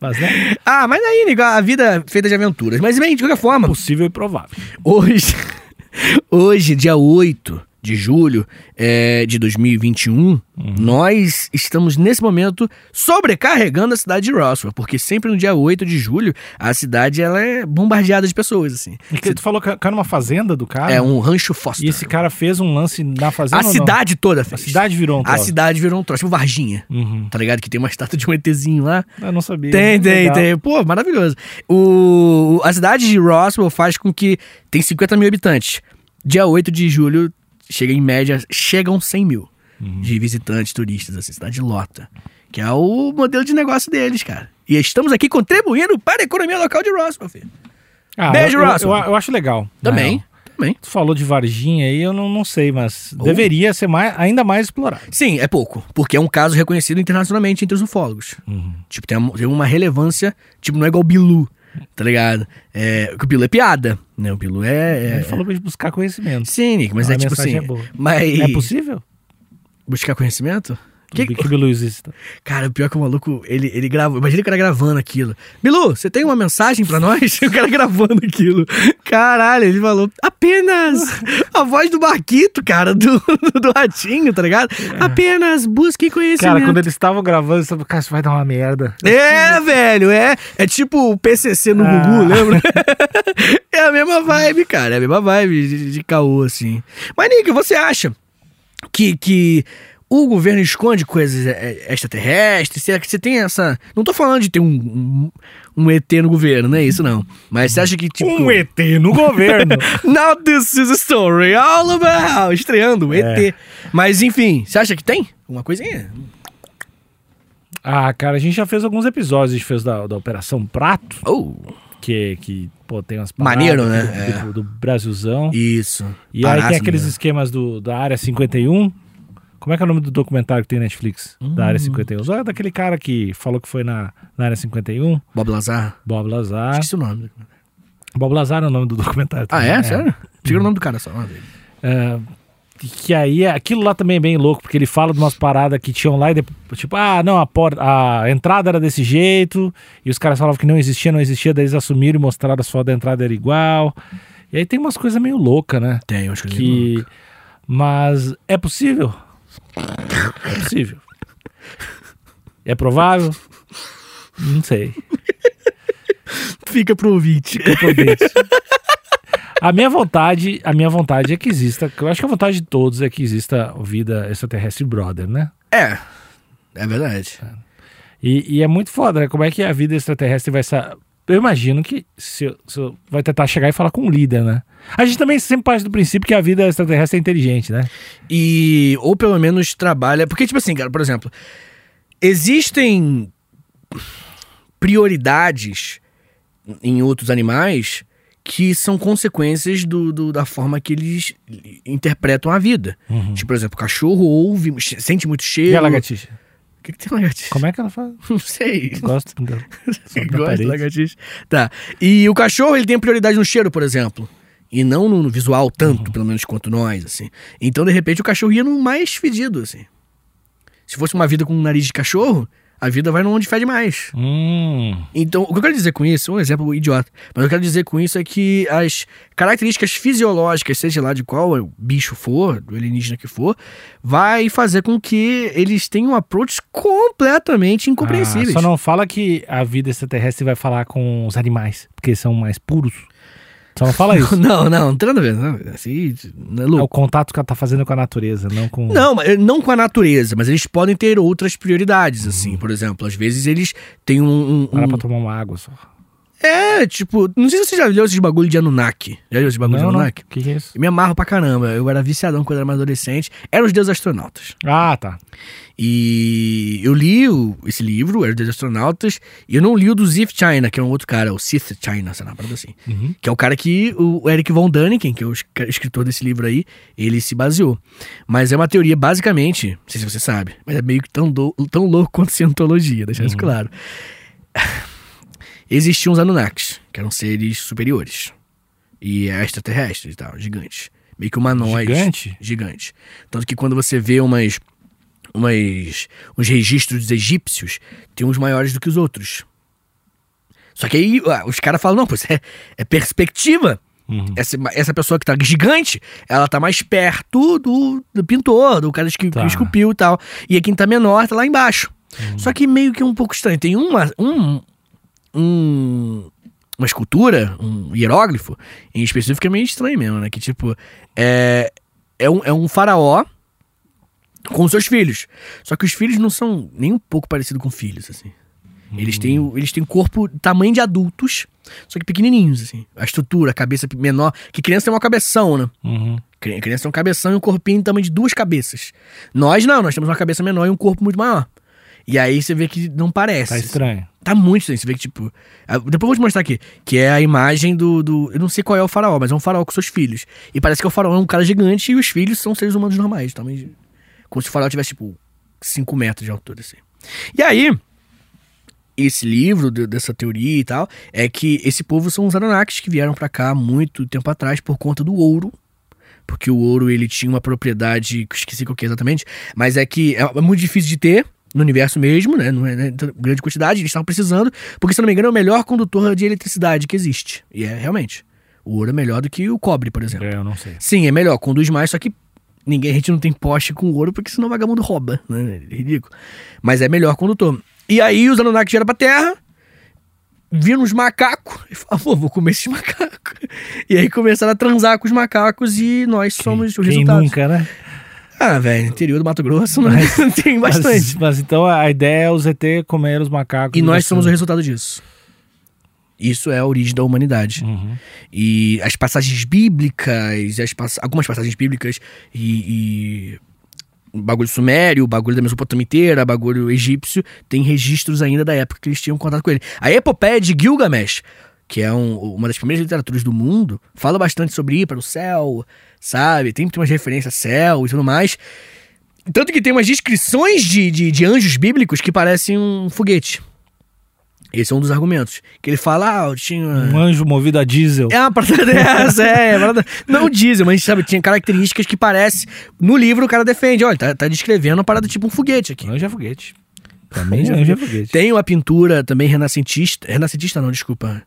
B: Mas, né?
C: Ah, mas aí, nego, a vida é feita de aventuras. Mas, bem, de qualquer forma,
B: Possível e provável.
C: Hoje, [LAUGHS] hoje dia 8 de julho é, de 2021,
B: Uhum.
C: nós estamos nesse momento sobrecarregando a cidade de Roswell, porque sempre no dia 8 de julho a cidade ela é bombardeada de pessoas, assim.
B: E que tu falou que era uma fazenda do cara?
C: É um rancho
B: Ah, E
C: Foster.
B: esse cara fez um lance na fazenda?
C: a
B: ou não?
C: cidade toda fez.
B: A cidade virou um
C: A
B: troço.
C: cidade virou um troço, tipo Varginha.
B: Uhum.
C: Tá ligado? Que tem uma estátua de um ETzinho lá.
B: Eu não sabia.
C: Tem, tem,
B: Legal.
C: tem. Pô, maravilhoso. O, a cidade de Roswell faz com que tem 50 mil habitantes. Dia 8 de julho, chega em média, chegam 100 mil
B: Uhum.
C: de visitantes, turistas, assim, cidade lota. Que é o modelo de negócio deles, cara. E estamos aqui contribuindo para a economia local de Roswell, filho.
B: Ah,
C: Beijo,
B: eu, eu,
C: Russell.
B: eu- eu acho legal.
C: Também,
B: Não.
C: também.
B: Tu falou de Varginha aí, eu não, não sei, mas
C: Oh.
B: deveria ser mais, ainda mais explorado.
C: Sim, é pouco, porque é um caso reconhecido internacionalmente entre os ufólogos.
B: Uhum.
C: Tipo, tem uma, tem uma relevância, tipo, não é igual o Bilu, tá ligado? É, que o Bilu é piada, né? O Bilu é... é-
B: Ele falou pra gente buscar conhecimento.
C: Sim, Nick, mas
B: A
C: é tipo
B: mensagem
C: assim.
B: é boa.
C: Mas
B: É possível?
C: buscar conhecimento? Que-
B: Que biluzista.
C: Cara, o pior é que o maluco, ele, ele gravou. Imagina o cara gravando aquilo. Bilu, você tem uma mensagem pra nós? [LAUGHS] O cara gravando aquilo. Caralho, ele falou
B: [LAUGHS]
C: apenas a voz do Barquito, cara, do, do Ratinho, tá ligado? Apenas busque conhecimento.
B: É. Cara, quando eles estavam gravando, eu estava, cara, isso vai dar uma merda.
C: É, velho, é. É tipo o PCC no
B: né? Ah.
C: Gugu, lembra? [LAUGHS] é a mesma vibe, cara. É a mesma vibe de, de caô, assim. Mas, Nick, você acha que, que o governo esconde coisas é, é, extraterrestres? Será que você tem essa... Não tô falando de ter um, um, um ET no governo, não é isso, não. Mas você acha que, tipo...
B: Um ET [LAUGHS] no governo.
C: Now this is a story all about... Estreando o
B: É.
C: ET. Mas, enfim, você acha que tem? Uma coisinha?
B: ah, cara, a gente já fez alguns episódios, a gente fez da, da Operação Prato,
C: Oh,
B: que, que pô, tem umas
C: Maneiro,
B: paradas
C: né?
B: do- Do, do Brasilzão.
C: isso.
B: E aí tem
C: Parásito,
B: aqueles
C: né?
B: esquemas do, da Área 51. Como é que é o nome do documentário que tem na Netflix? Da Área 51. Só é daquele cara que falou que foi na, na Área 51,
C: Bob Lazar.
B: Bob Lazar.
C: Esqueci o nome.
B: Bob Lazar é o nome do documentário.
C: Ah,
B: também, né?
C: é? Sério? Tira o nome do cara só.
B: É, que aí, aquilo lá também é bem louco, porque ele fala de umas paradas que tinham lá e depois, tipo, ah, não, a, porta, a entrada era desse jeito, e os caras falavam que não existia, não existia, daí eles assumiram e mostraram as fotos da entrada era igual. E aí tem umas coisas meio loucas, né?
C: Tem, eu acho que...
B: que mas é possível é possível é provável não sei
C: Fica pro ouvinte.
B: Dependente. a minha vontade a minha vontade é que exista eu acho que a vontade de todos é que exista vida extraterrestre brother né
C: [LAUGHS] É. É verdade.
B: e, e é muito foda né como é que a vida extraterrestre vai sa- eu imagino que se, eu- se eu- vai tentar chegar e falar com o líder né a gente também sempre parte do princípio que a vida extraterrestre é inteligente né
C: E... Ou pelo menos trabalha... Porque, tipo assim, cara, por exemplo... Existem... Prioridades em outros animais que são consequências do, do- da forma que eles interpretam a vida. Tipo, por exemplo, o cachorro ouve, sente muito cheiro.
B: Uhum. e a lagartixa
C: O que, que tem lagartixa?
B: como é que ela [LAUGHS] faz
C: Não sei.
B: gosto da- sobe na
C: Gosta de
B: parede.
C: lagartixa. Tá. E o cachorro, ele tem prioridade no cheiro, por exemplo. E não no no visual tanto,
B: Uhum.
C: pelo menos quanto nós, assim. Então, de repente, o cachorro ia no mais fedido, assim. Se fosse uma vida com um nariz de cachorro, a vida vai no onde fede mais.
B: Hum,
C: Então, o que eu quero dizer com isso, um exemplo idiota, mas o que eu quero dizer com isso é que as características fisiológicas, seja lá de qual bicho for, do alienígena que for, vai fazer com que eles tenham approaches completamente incompreensíveis.
B: Ah, só não fala que a vida extraterrestre vai falar com os animais, porque são mais puros. Só não fala é isso.
C: [LAUGHS] Não, não, não tem nada a ver. Não, assim, não é
B: É o
C: louco.
B: contato que ela tá fazendo com a natureza, não com.
C: Não, mas, eh, não com a natureza, mas eles podem ter outras prioridades, assim. Por exemplo, às vezes eles têm um. um-
B: Uhum. Para
C: um-
B: pra tomar uma água só.
C: É, tipo, não sei se você já viu esses bagulho de Anunnaki. Já viu esses bagulho
B: não,
C: de
B: não.
C: Anunnaki?
B: Que que é isso?
C: Eu me amarro pra caramba. Eu era viciadão quando eu era mais adolescente. Eram os deuses astronautas.
B: Ah, tá.
C: E eu li o- esse livro, Era dos Astronautas, e eu não li o do Ziv China, que é um outro cara, o Sith China, sei lá, uma parada assim.
B: Uhum,
C: Que é o cara que o Eric von Däniken, que é o es- escritor desse livro aí, ele se baseou. Mas é uma teoria, basicamente, não sei se você sabe, mas é meio que tão, do- tão louco quanto cientologia, deixa isso claro. Existiam os Anunnakis, que eram seres superiores. E extraterrestres e tal, gigantes. Meio que humanoides.
B: Gigante?
C: Gigante. Tanto que quando você vê umas umas, uns registros egípcios, tem uns maiores do que os outros. Só que aí ah, os caras falam, não, pô, isso é, é perspectiva.
B: Uhum.
C: Essa, essa pessoa que tá gigante, ela tá mais perto do, do pintor, do cara que, que
B: Tá.
C: esculpiu e tal. E a quem tá menor tá lá embaixo. Só que meio que é um pouco estranho. Tem uma, um, um- uma escultura, um hieróglifo, em específico, que é meio estranho mesmo, né? Que tipo, é, é, um, é um faraó com seus filhos. Só que os filhos não são nem um pouco parecidos com filhos, assim. Eles têm, o- eles têm corpo tamanho de adultos, só que pequenininhos, assim. A estrutura, a cabeça menor. Que criança tem uma cabeção, né?
B: Uhum.
C: Cri- Criança tem um cabeção e um corpinho do tamanho de duas cabeças. Nós não, nós temos uma cabeça menor e um corpo muito maior. E aí você vê que não parece.
B: Tá estranho.
C: Tá muito estranho. Você vê que, tipo. a- Depois eu vou te mostrar aqui. Que é a imagem do, do. Eu não sei qual é o faraó, mas é um faraó com seus filhos. E parece que o faraó é um cara gigante e os filhos são seres humanos normais. Também, de- como se o faraó tivesse, tipo, 5 metros de altura, assim. E aí. Esse livro de- dessa teoria e tal é que esse povo são os Anunnakis que vieram pra cá muito tempo atrás por conta do ouro porque o ouro ele tinha uma propriedade, que eu esqueci qual que é exatamente, mas é que é é muito difícil de ter no universo mesmo, né? Não é né, tão grande quantidade, eles estavam precisando, porque se eu não me engano é o melhor condutor de eletricidade que existe. E é realmente. O ouro é melhor do que o cobre, por exemplo.
B: É, eu não sei.
C: Sim, é melhor, conduz mais, só que ninguém, a gente não tem poste com ouro, porque senão o vagabundo rouba, né? É ridículo. Mas é melhor condutor. E aí os Anunnaki vieram pra Terra, viram os macacos, e falaram, pô, vou comer esses [LAUGHS] macacos. E aí começaram a transar com os macacos e nós somos o
B: Quem
C: resultado.
B: nunca, né?
C: Ah, velho, interior do Mato Grosso, né? [LAUGHS] tem
B: Mas,
C: bastante.
B: mas então a ideia é o ZT comer os macacos.
C: E nós somos o
B: os
C: resultado disso. Isso é a origem da humanidade.
B: Uhum.
C: E as passagens bíblicas, as pass- algumas passagens bíblicas e, e o bagulho sumério, o bagulho da Mesopotâmia inteira, o bagulho egípcio, tem registros ainda da época que eles tinham contato com ele. A epopeia de Gilgamesh, que é um- uma das primeiras literaturas do mundo, fala bastante sobre ir para o céu, sabe? Tem, tem umas referências a céu e tudo mais. Tanto que tem umas descrições de, de, de anjos bíblicos que parecem um foguete. Esse é um dos argumentos. Que ele fala, ah, eu tinha...
B: Um anjo movido a diesel.
C: É uma parada [LAUGHS] dessa, é. é uma parada- Não diesel, mas sabe, tinha características que parece. No livro o cara defende, olha, tá, tá descrevendo uma parada tipo um foguete aqui.
B: Anjo é foguete. Também anjo é foguete.
C: Tem uma pintura também renascentista. Renascentista não, desculpa.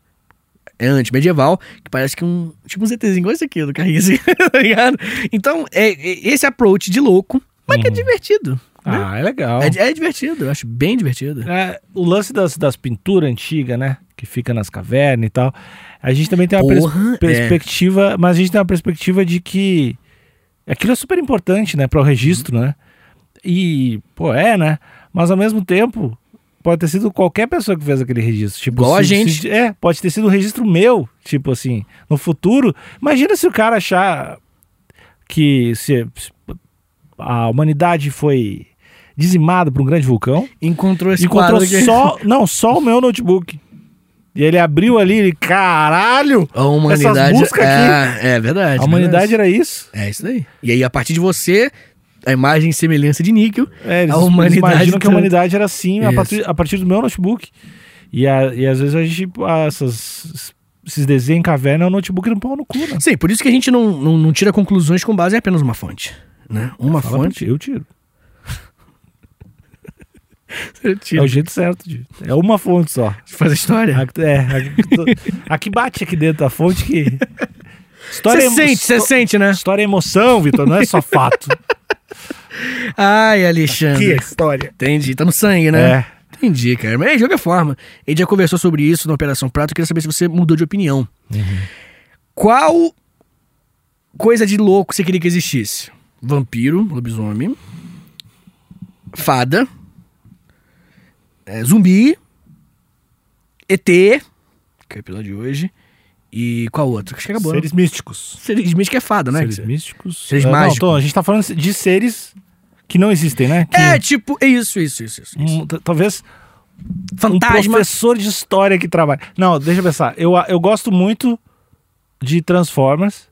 C: É antimedieval, que parece que um. Tipo um ZTzinho igual esse aqui do carrinho, assim, [LAUGHS] tá ligado? Então, é, é- esse approach de louco, mas que é divertido. né?
B: Ah, é Uhum. legal.
C: É, é divertido, eu acho bem divertido.
B: É, o lance das, das pinturas antigas, né? Que fica nas cavernas e tal. A gente também tem uma pers-
C: Porra, é.
B: perspectiva, mas a gente tem uma perspectiva de que aquilo é super importante, né? Para o
C: Uhum.
B: registro, né? E, pô, é, né? Mas ao mesmo tempo, pode ter sido qualquer pessoa que fez aquele registro. Tipo,
C: Igual a gente.
B: é, pode ter sido um registro meu, tipo assim, no futuro. Imagina se o cara achar que se- se a humanidade foi dizimada por um grande vulcão
C: Encontrou esse
B: encontrou
C: quadro aqui.
B: só, não, só o meu notebook. E ele abriu ali, ele, caralho,
C: [LAUGHS] A humanidade.
B: buscas aqui.
C: é, é verdade.
B: a humanidade era isso.
C: É isso daí. E aí, a partir de você, a imagem e semelhança de níquel.
B: É, eles,
C: A
B: eles
C: humanidade
B: imaginam que a
C: tra-
B: humanidade era assim a
C: Isso.
B: partir, a partir do meu notebook. E, a- e às vezes a gente, ah, essas- esses desenhos em caverna é um notebook no pau no cu, né?
C: Sim, por isso que a gente não, não, não tira conclusões com base em apenas uma fonte. Né? Uma
B: Fala pra ti,
C: fonte.
B: Eu tiro. É o jeito certo. De, é uma fonte só.
C: Faz a história.
B: A, é, a- a que bate aqui dentro da fonte que... História
C: Você
B: é emo-
C: sente, você sente, né?
B: História é emoção, Vitor, não é só
C: [LAUGHS]
B: fato.
C: Ai, Alexandre.
B: história.
C: Entendi, tá no sangue, né?
B: É.
C: Entendi, cara. Mas de qualquer forma, a gente já conversou sobre isso na Operação Prato. Eu queria saber se você mudou de opinião.
B: Uhum.
C: Qual coisa de louco você queria que existisse? Vampiro, lobisomem, fada, é, zumbi, ET, que é o episódio de hoje, e qual outro? Acho que acabou. né?
B: Seres místicos.
C: Seres místicos que é fada, né?
B: Seres místicos.
C: Seres
B: Ah, não,
C: mágicos.
B: Tom, a gente tá falando de seres que não existem, né? Que-
C: É, tipo, é isso, isso, isso, isso. isso.
B: um- t- talvez um
C: Fantasma.
B: professor de história que trabalha. Não, deixa eu pensar. Eu, eu gosto muito de Transformers.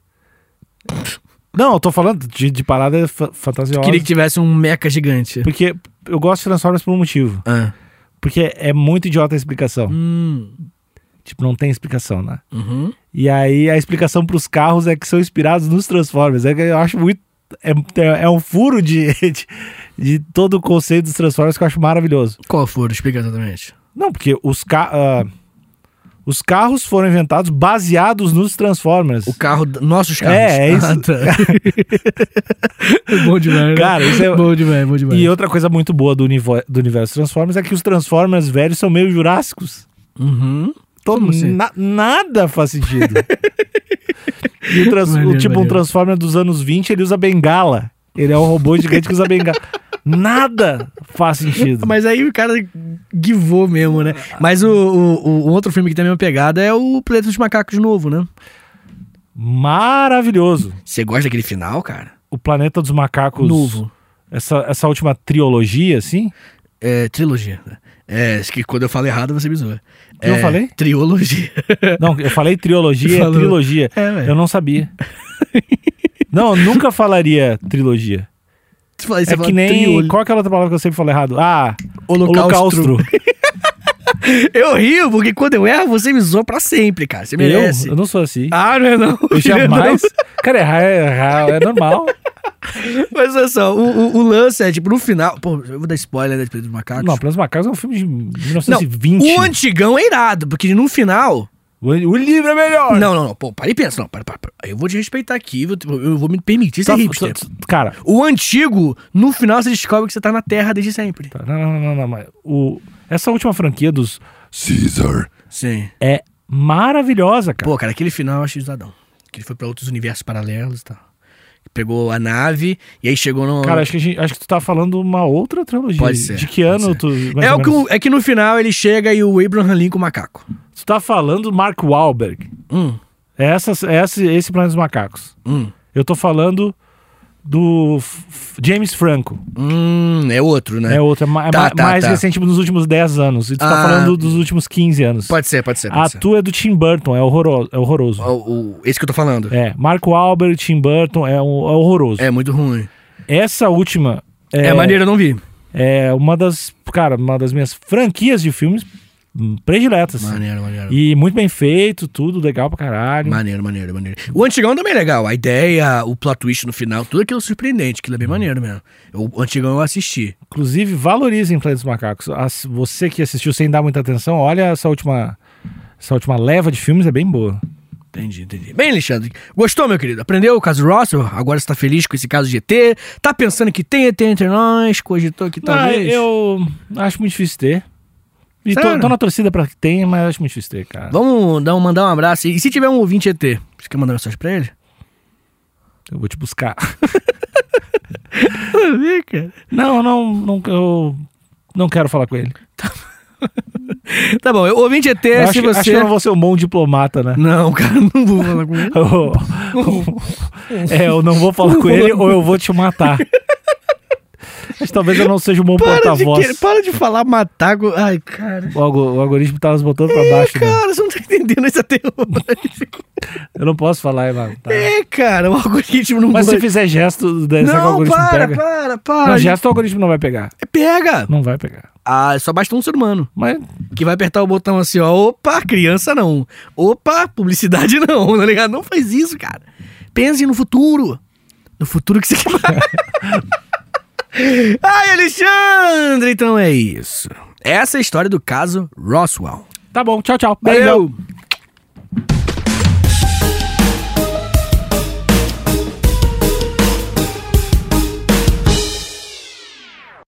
B: Não, eu tô falando de, de parada fa- fantasiosa.
C: Queria que tivesse um meca gigante.
B: Porque eu gosto de Transformers por um motivo.
C: Ah.
B: Porque é muito idiota a explicação.
C: Hum.
B: Tipo, não tem explicação, né?
C: Uhum.
B: E aí a explicação pros carros é que são inspirados nos Transformers. É que eu acho muito. É, é um furo de, [LAUGHS] de, de todo o conceito dos Transformers que eu acho maravilhoso.
C: Qual for? Explica exatamente.
B: Não, porque os, ca ah, os carros foram inventados baseados nos Transformers.
C: O carro, nossos carros.
B: É, é isso.
C: Ah, tá. [LAUGHS] bom demais. né?
B: Cara, isso é-
C: Bom demais, bom demais.
B: E outra coisa muito boa do, univo- do universo Transformers é que os Transformers velhos são meio jurássicos.
C: Uhum.
B: Todo
C: Como assim?
B: na- nada faz
C: [LAUGHS]
B: sentido. e o trans- o
C: Maneiro,
B: tipo um
C: maneiro.
B: Transformer dos anos 20, ele usa bengala. Ele é um robô gigante que usa bengala. Nada faz sentido.
C: Mas aí o cara guivou mesmo, né? Mas o, o, o outro filme que tem a mesma pegada é o Planeta dos Macacos novo, né?
B: Maravilhoso.
C: Você gosta daquele final, cara?
B: O Planeta dos Macacos.
C: Novo.
B: Essa, essa última trilogia, assim.
C: É, trilogia. né? É, acho que quando eu falo errado você me zoa.
B: Que eu
C: É,
B: falei?
C: Triologia. [LAUGHS]
B: Não, eu falei trilogia, é
C: Falou.
B: trilogia.
C: É, velho.
B: eu não sabia. não, eu nunca falaria trilogia.
C: Você fala,
B: é que nem. Qual é aquela outra palavra que eu sempre falo errado? Ah,
C: Holocausto.
B: holocausto.
C: Eu rio, porque quando eu erro, você me zoa pra sempre, cara. Você
B: Eu,
C: merece.
B: eu não sou assim.
C: Ah, não é [LAUGHS] não.
B: eu jamais.
C: Não.
B: Cara, errar é, errar é
C: [LAUGHS]
B: normal.
C: Mas olha só, o, o- o lance é, tipo, no final... Pô, eu vou dar spoiler, né, de Pedro dos Macacos.
B: não, Planos Macacos é um filme de
C: Não,
B: 1920.
C: o antigão é irado, porque no final...
B: O, o livro é melhor.
C: Não, não, não. Pô, para e pensa. Não, para, para, para. Eu vou te respeitar aqui, eu, eu vou me permitir ser
B: Tá-
C: hipster.
B: tá- tá- cara,
C: O antigo, no final você descobre que você tá na Terra desde sempre.
B: tá, não, não, não, não, mas o, essa última franquia dos Caesar
C: Sim.
B: é maravilhosa, cara.
C: Pô, cara, aquele final eu achei zoadão. Que ele foi pra outros universos paralelos e tal. Pegou a nave e aí chegou no. É
B: Cara, acho que, a gente- acho que tu tá falando uma outra trilogia.
C: Pode ser,
B: De que
C: pode
B: ano
C: ser.
B: tu. mais
C: é,
B: ou
C: o que,
B: menos?
C: o- é que no final ele chega e o Abraham Lincoln macaco.
B: Tu tá falando do Mark Wahlberg.
C: Hum,
B: Essas, esse, esse Planeta dos Macacos.
C: hum.
B: Eu tô falando do F- F- James Franco.
C: Hum, é outro, né?
B: É outra, ma-
C: Tá,
B: ma-
C: tá,
B: mais
C: tá.
B: recente nos últimos 10 anos. E tu tá
C: Ah.
B: falando dos últimos 15 anos.
C: Pode ser, pode ser. Pode
B: A
C: ser.
B: tua é do Tim Burton, é horroroso. É, horroroso.
C: O- o- esse que eu tô falando. É,
B: é Marco Albert, Tim Burton, é, um- é horroroso.
C: muito ruim.
B: Essa última
C: É,
B: é,
C: maneiro, eu não vi.
B: é uma das, cara, uma das minhas franquias de filmes hum, prediletas.
C: Maneiro, maneiro.
B: É. E muito bem feito, tudo legal pra caralho.
C: Maneiro, maneiro, maneiro. O antigão também é legal. A ideia, o plot twist no final, tudo aquilo surpreendente, aquilo é bem maneiro mesmo. O antigão eu assisti.
B: Inclusive, valorizem Planeta dos Macacos. As- você que assistiu sem dar muita atenção, olha essa última, essa última leva de filmes, é bem boa.
C: Entendi, entendi. Bem, Alexandre, gostou, meu querido? Aprendeu o caso Russell? Agora você tá feliz com esse caso de ET? Tá pensando que tem ET entre nós? Cogitou que talvez?
B: eu acho muito difícil ter. E tô,
C: Sério?
B: tô na torcida pra que tenha, mas acho muito difícil ter, cara.
C: Vamos dar um, mandar um abraço. E se tiver um ouvinte ET, você quer mandar
B: [LAUGHS]
C: mensagem pra ele?
B: Eu vou te buscar. [LAUGHS] Não, não, não, eu não quero falar com ele.
C: Tá bom, eu- ouvinte ET,
B: Eu acho,
C: se
B: que- acho que
C: você...
B: eu não vou ser um bom diplomata, né?
C: Não, cara, não vou falar com ele.
B: [LAUGHS] Eu- é, eu não vou falar com [LAUGHS] ele ou eu vou te [LAUGHS] matar. Mas talvez eu não seja um bom
C: Para de,
B: porta-voz.
C: que- para de falar matago. Ai, cara.
B: O, algo- o algoritmo tá nos botando pra baixo, né?
C: Cara, você não tá entendendo esse até hoje.
B: Eu não posso falar, Ivan. tá?
C: É, cara, o algoritmo não
B: Mas se
C: gosta.
B: fizer gesto, daí será que o
C: Não,
B: algoritmo
C: para,
B: pega?
C: para, para.
B: Não, gesto o algoritmo não vai pegar.
C: Pega!
B: Não vai pegar.
C: Ah, só basta um ser humano.
B: Mas
C: que vai apertar o botão assim, ó, opa, criança não. Opa, publicidade [LAUGHS] não, tá ligado? Não faz isso, cara. Pense no futuro. No futuro que você quer. [LAUGHS] Ai, Alexandre, então é isso. Essa é a história do caso Roswell.
B: tá bom, tchau, tchau. Beijão.
C: Valeu!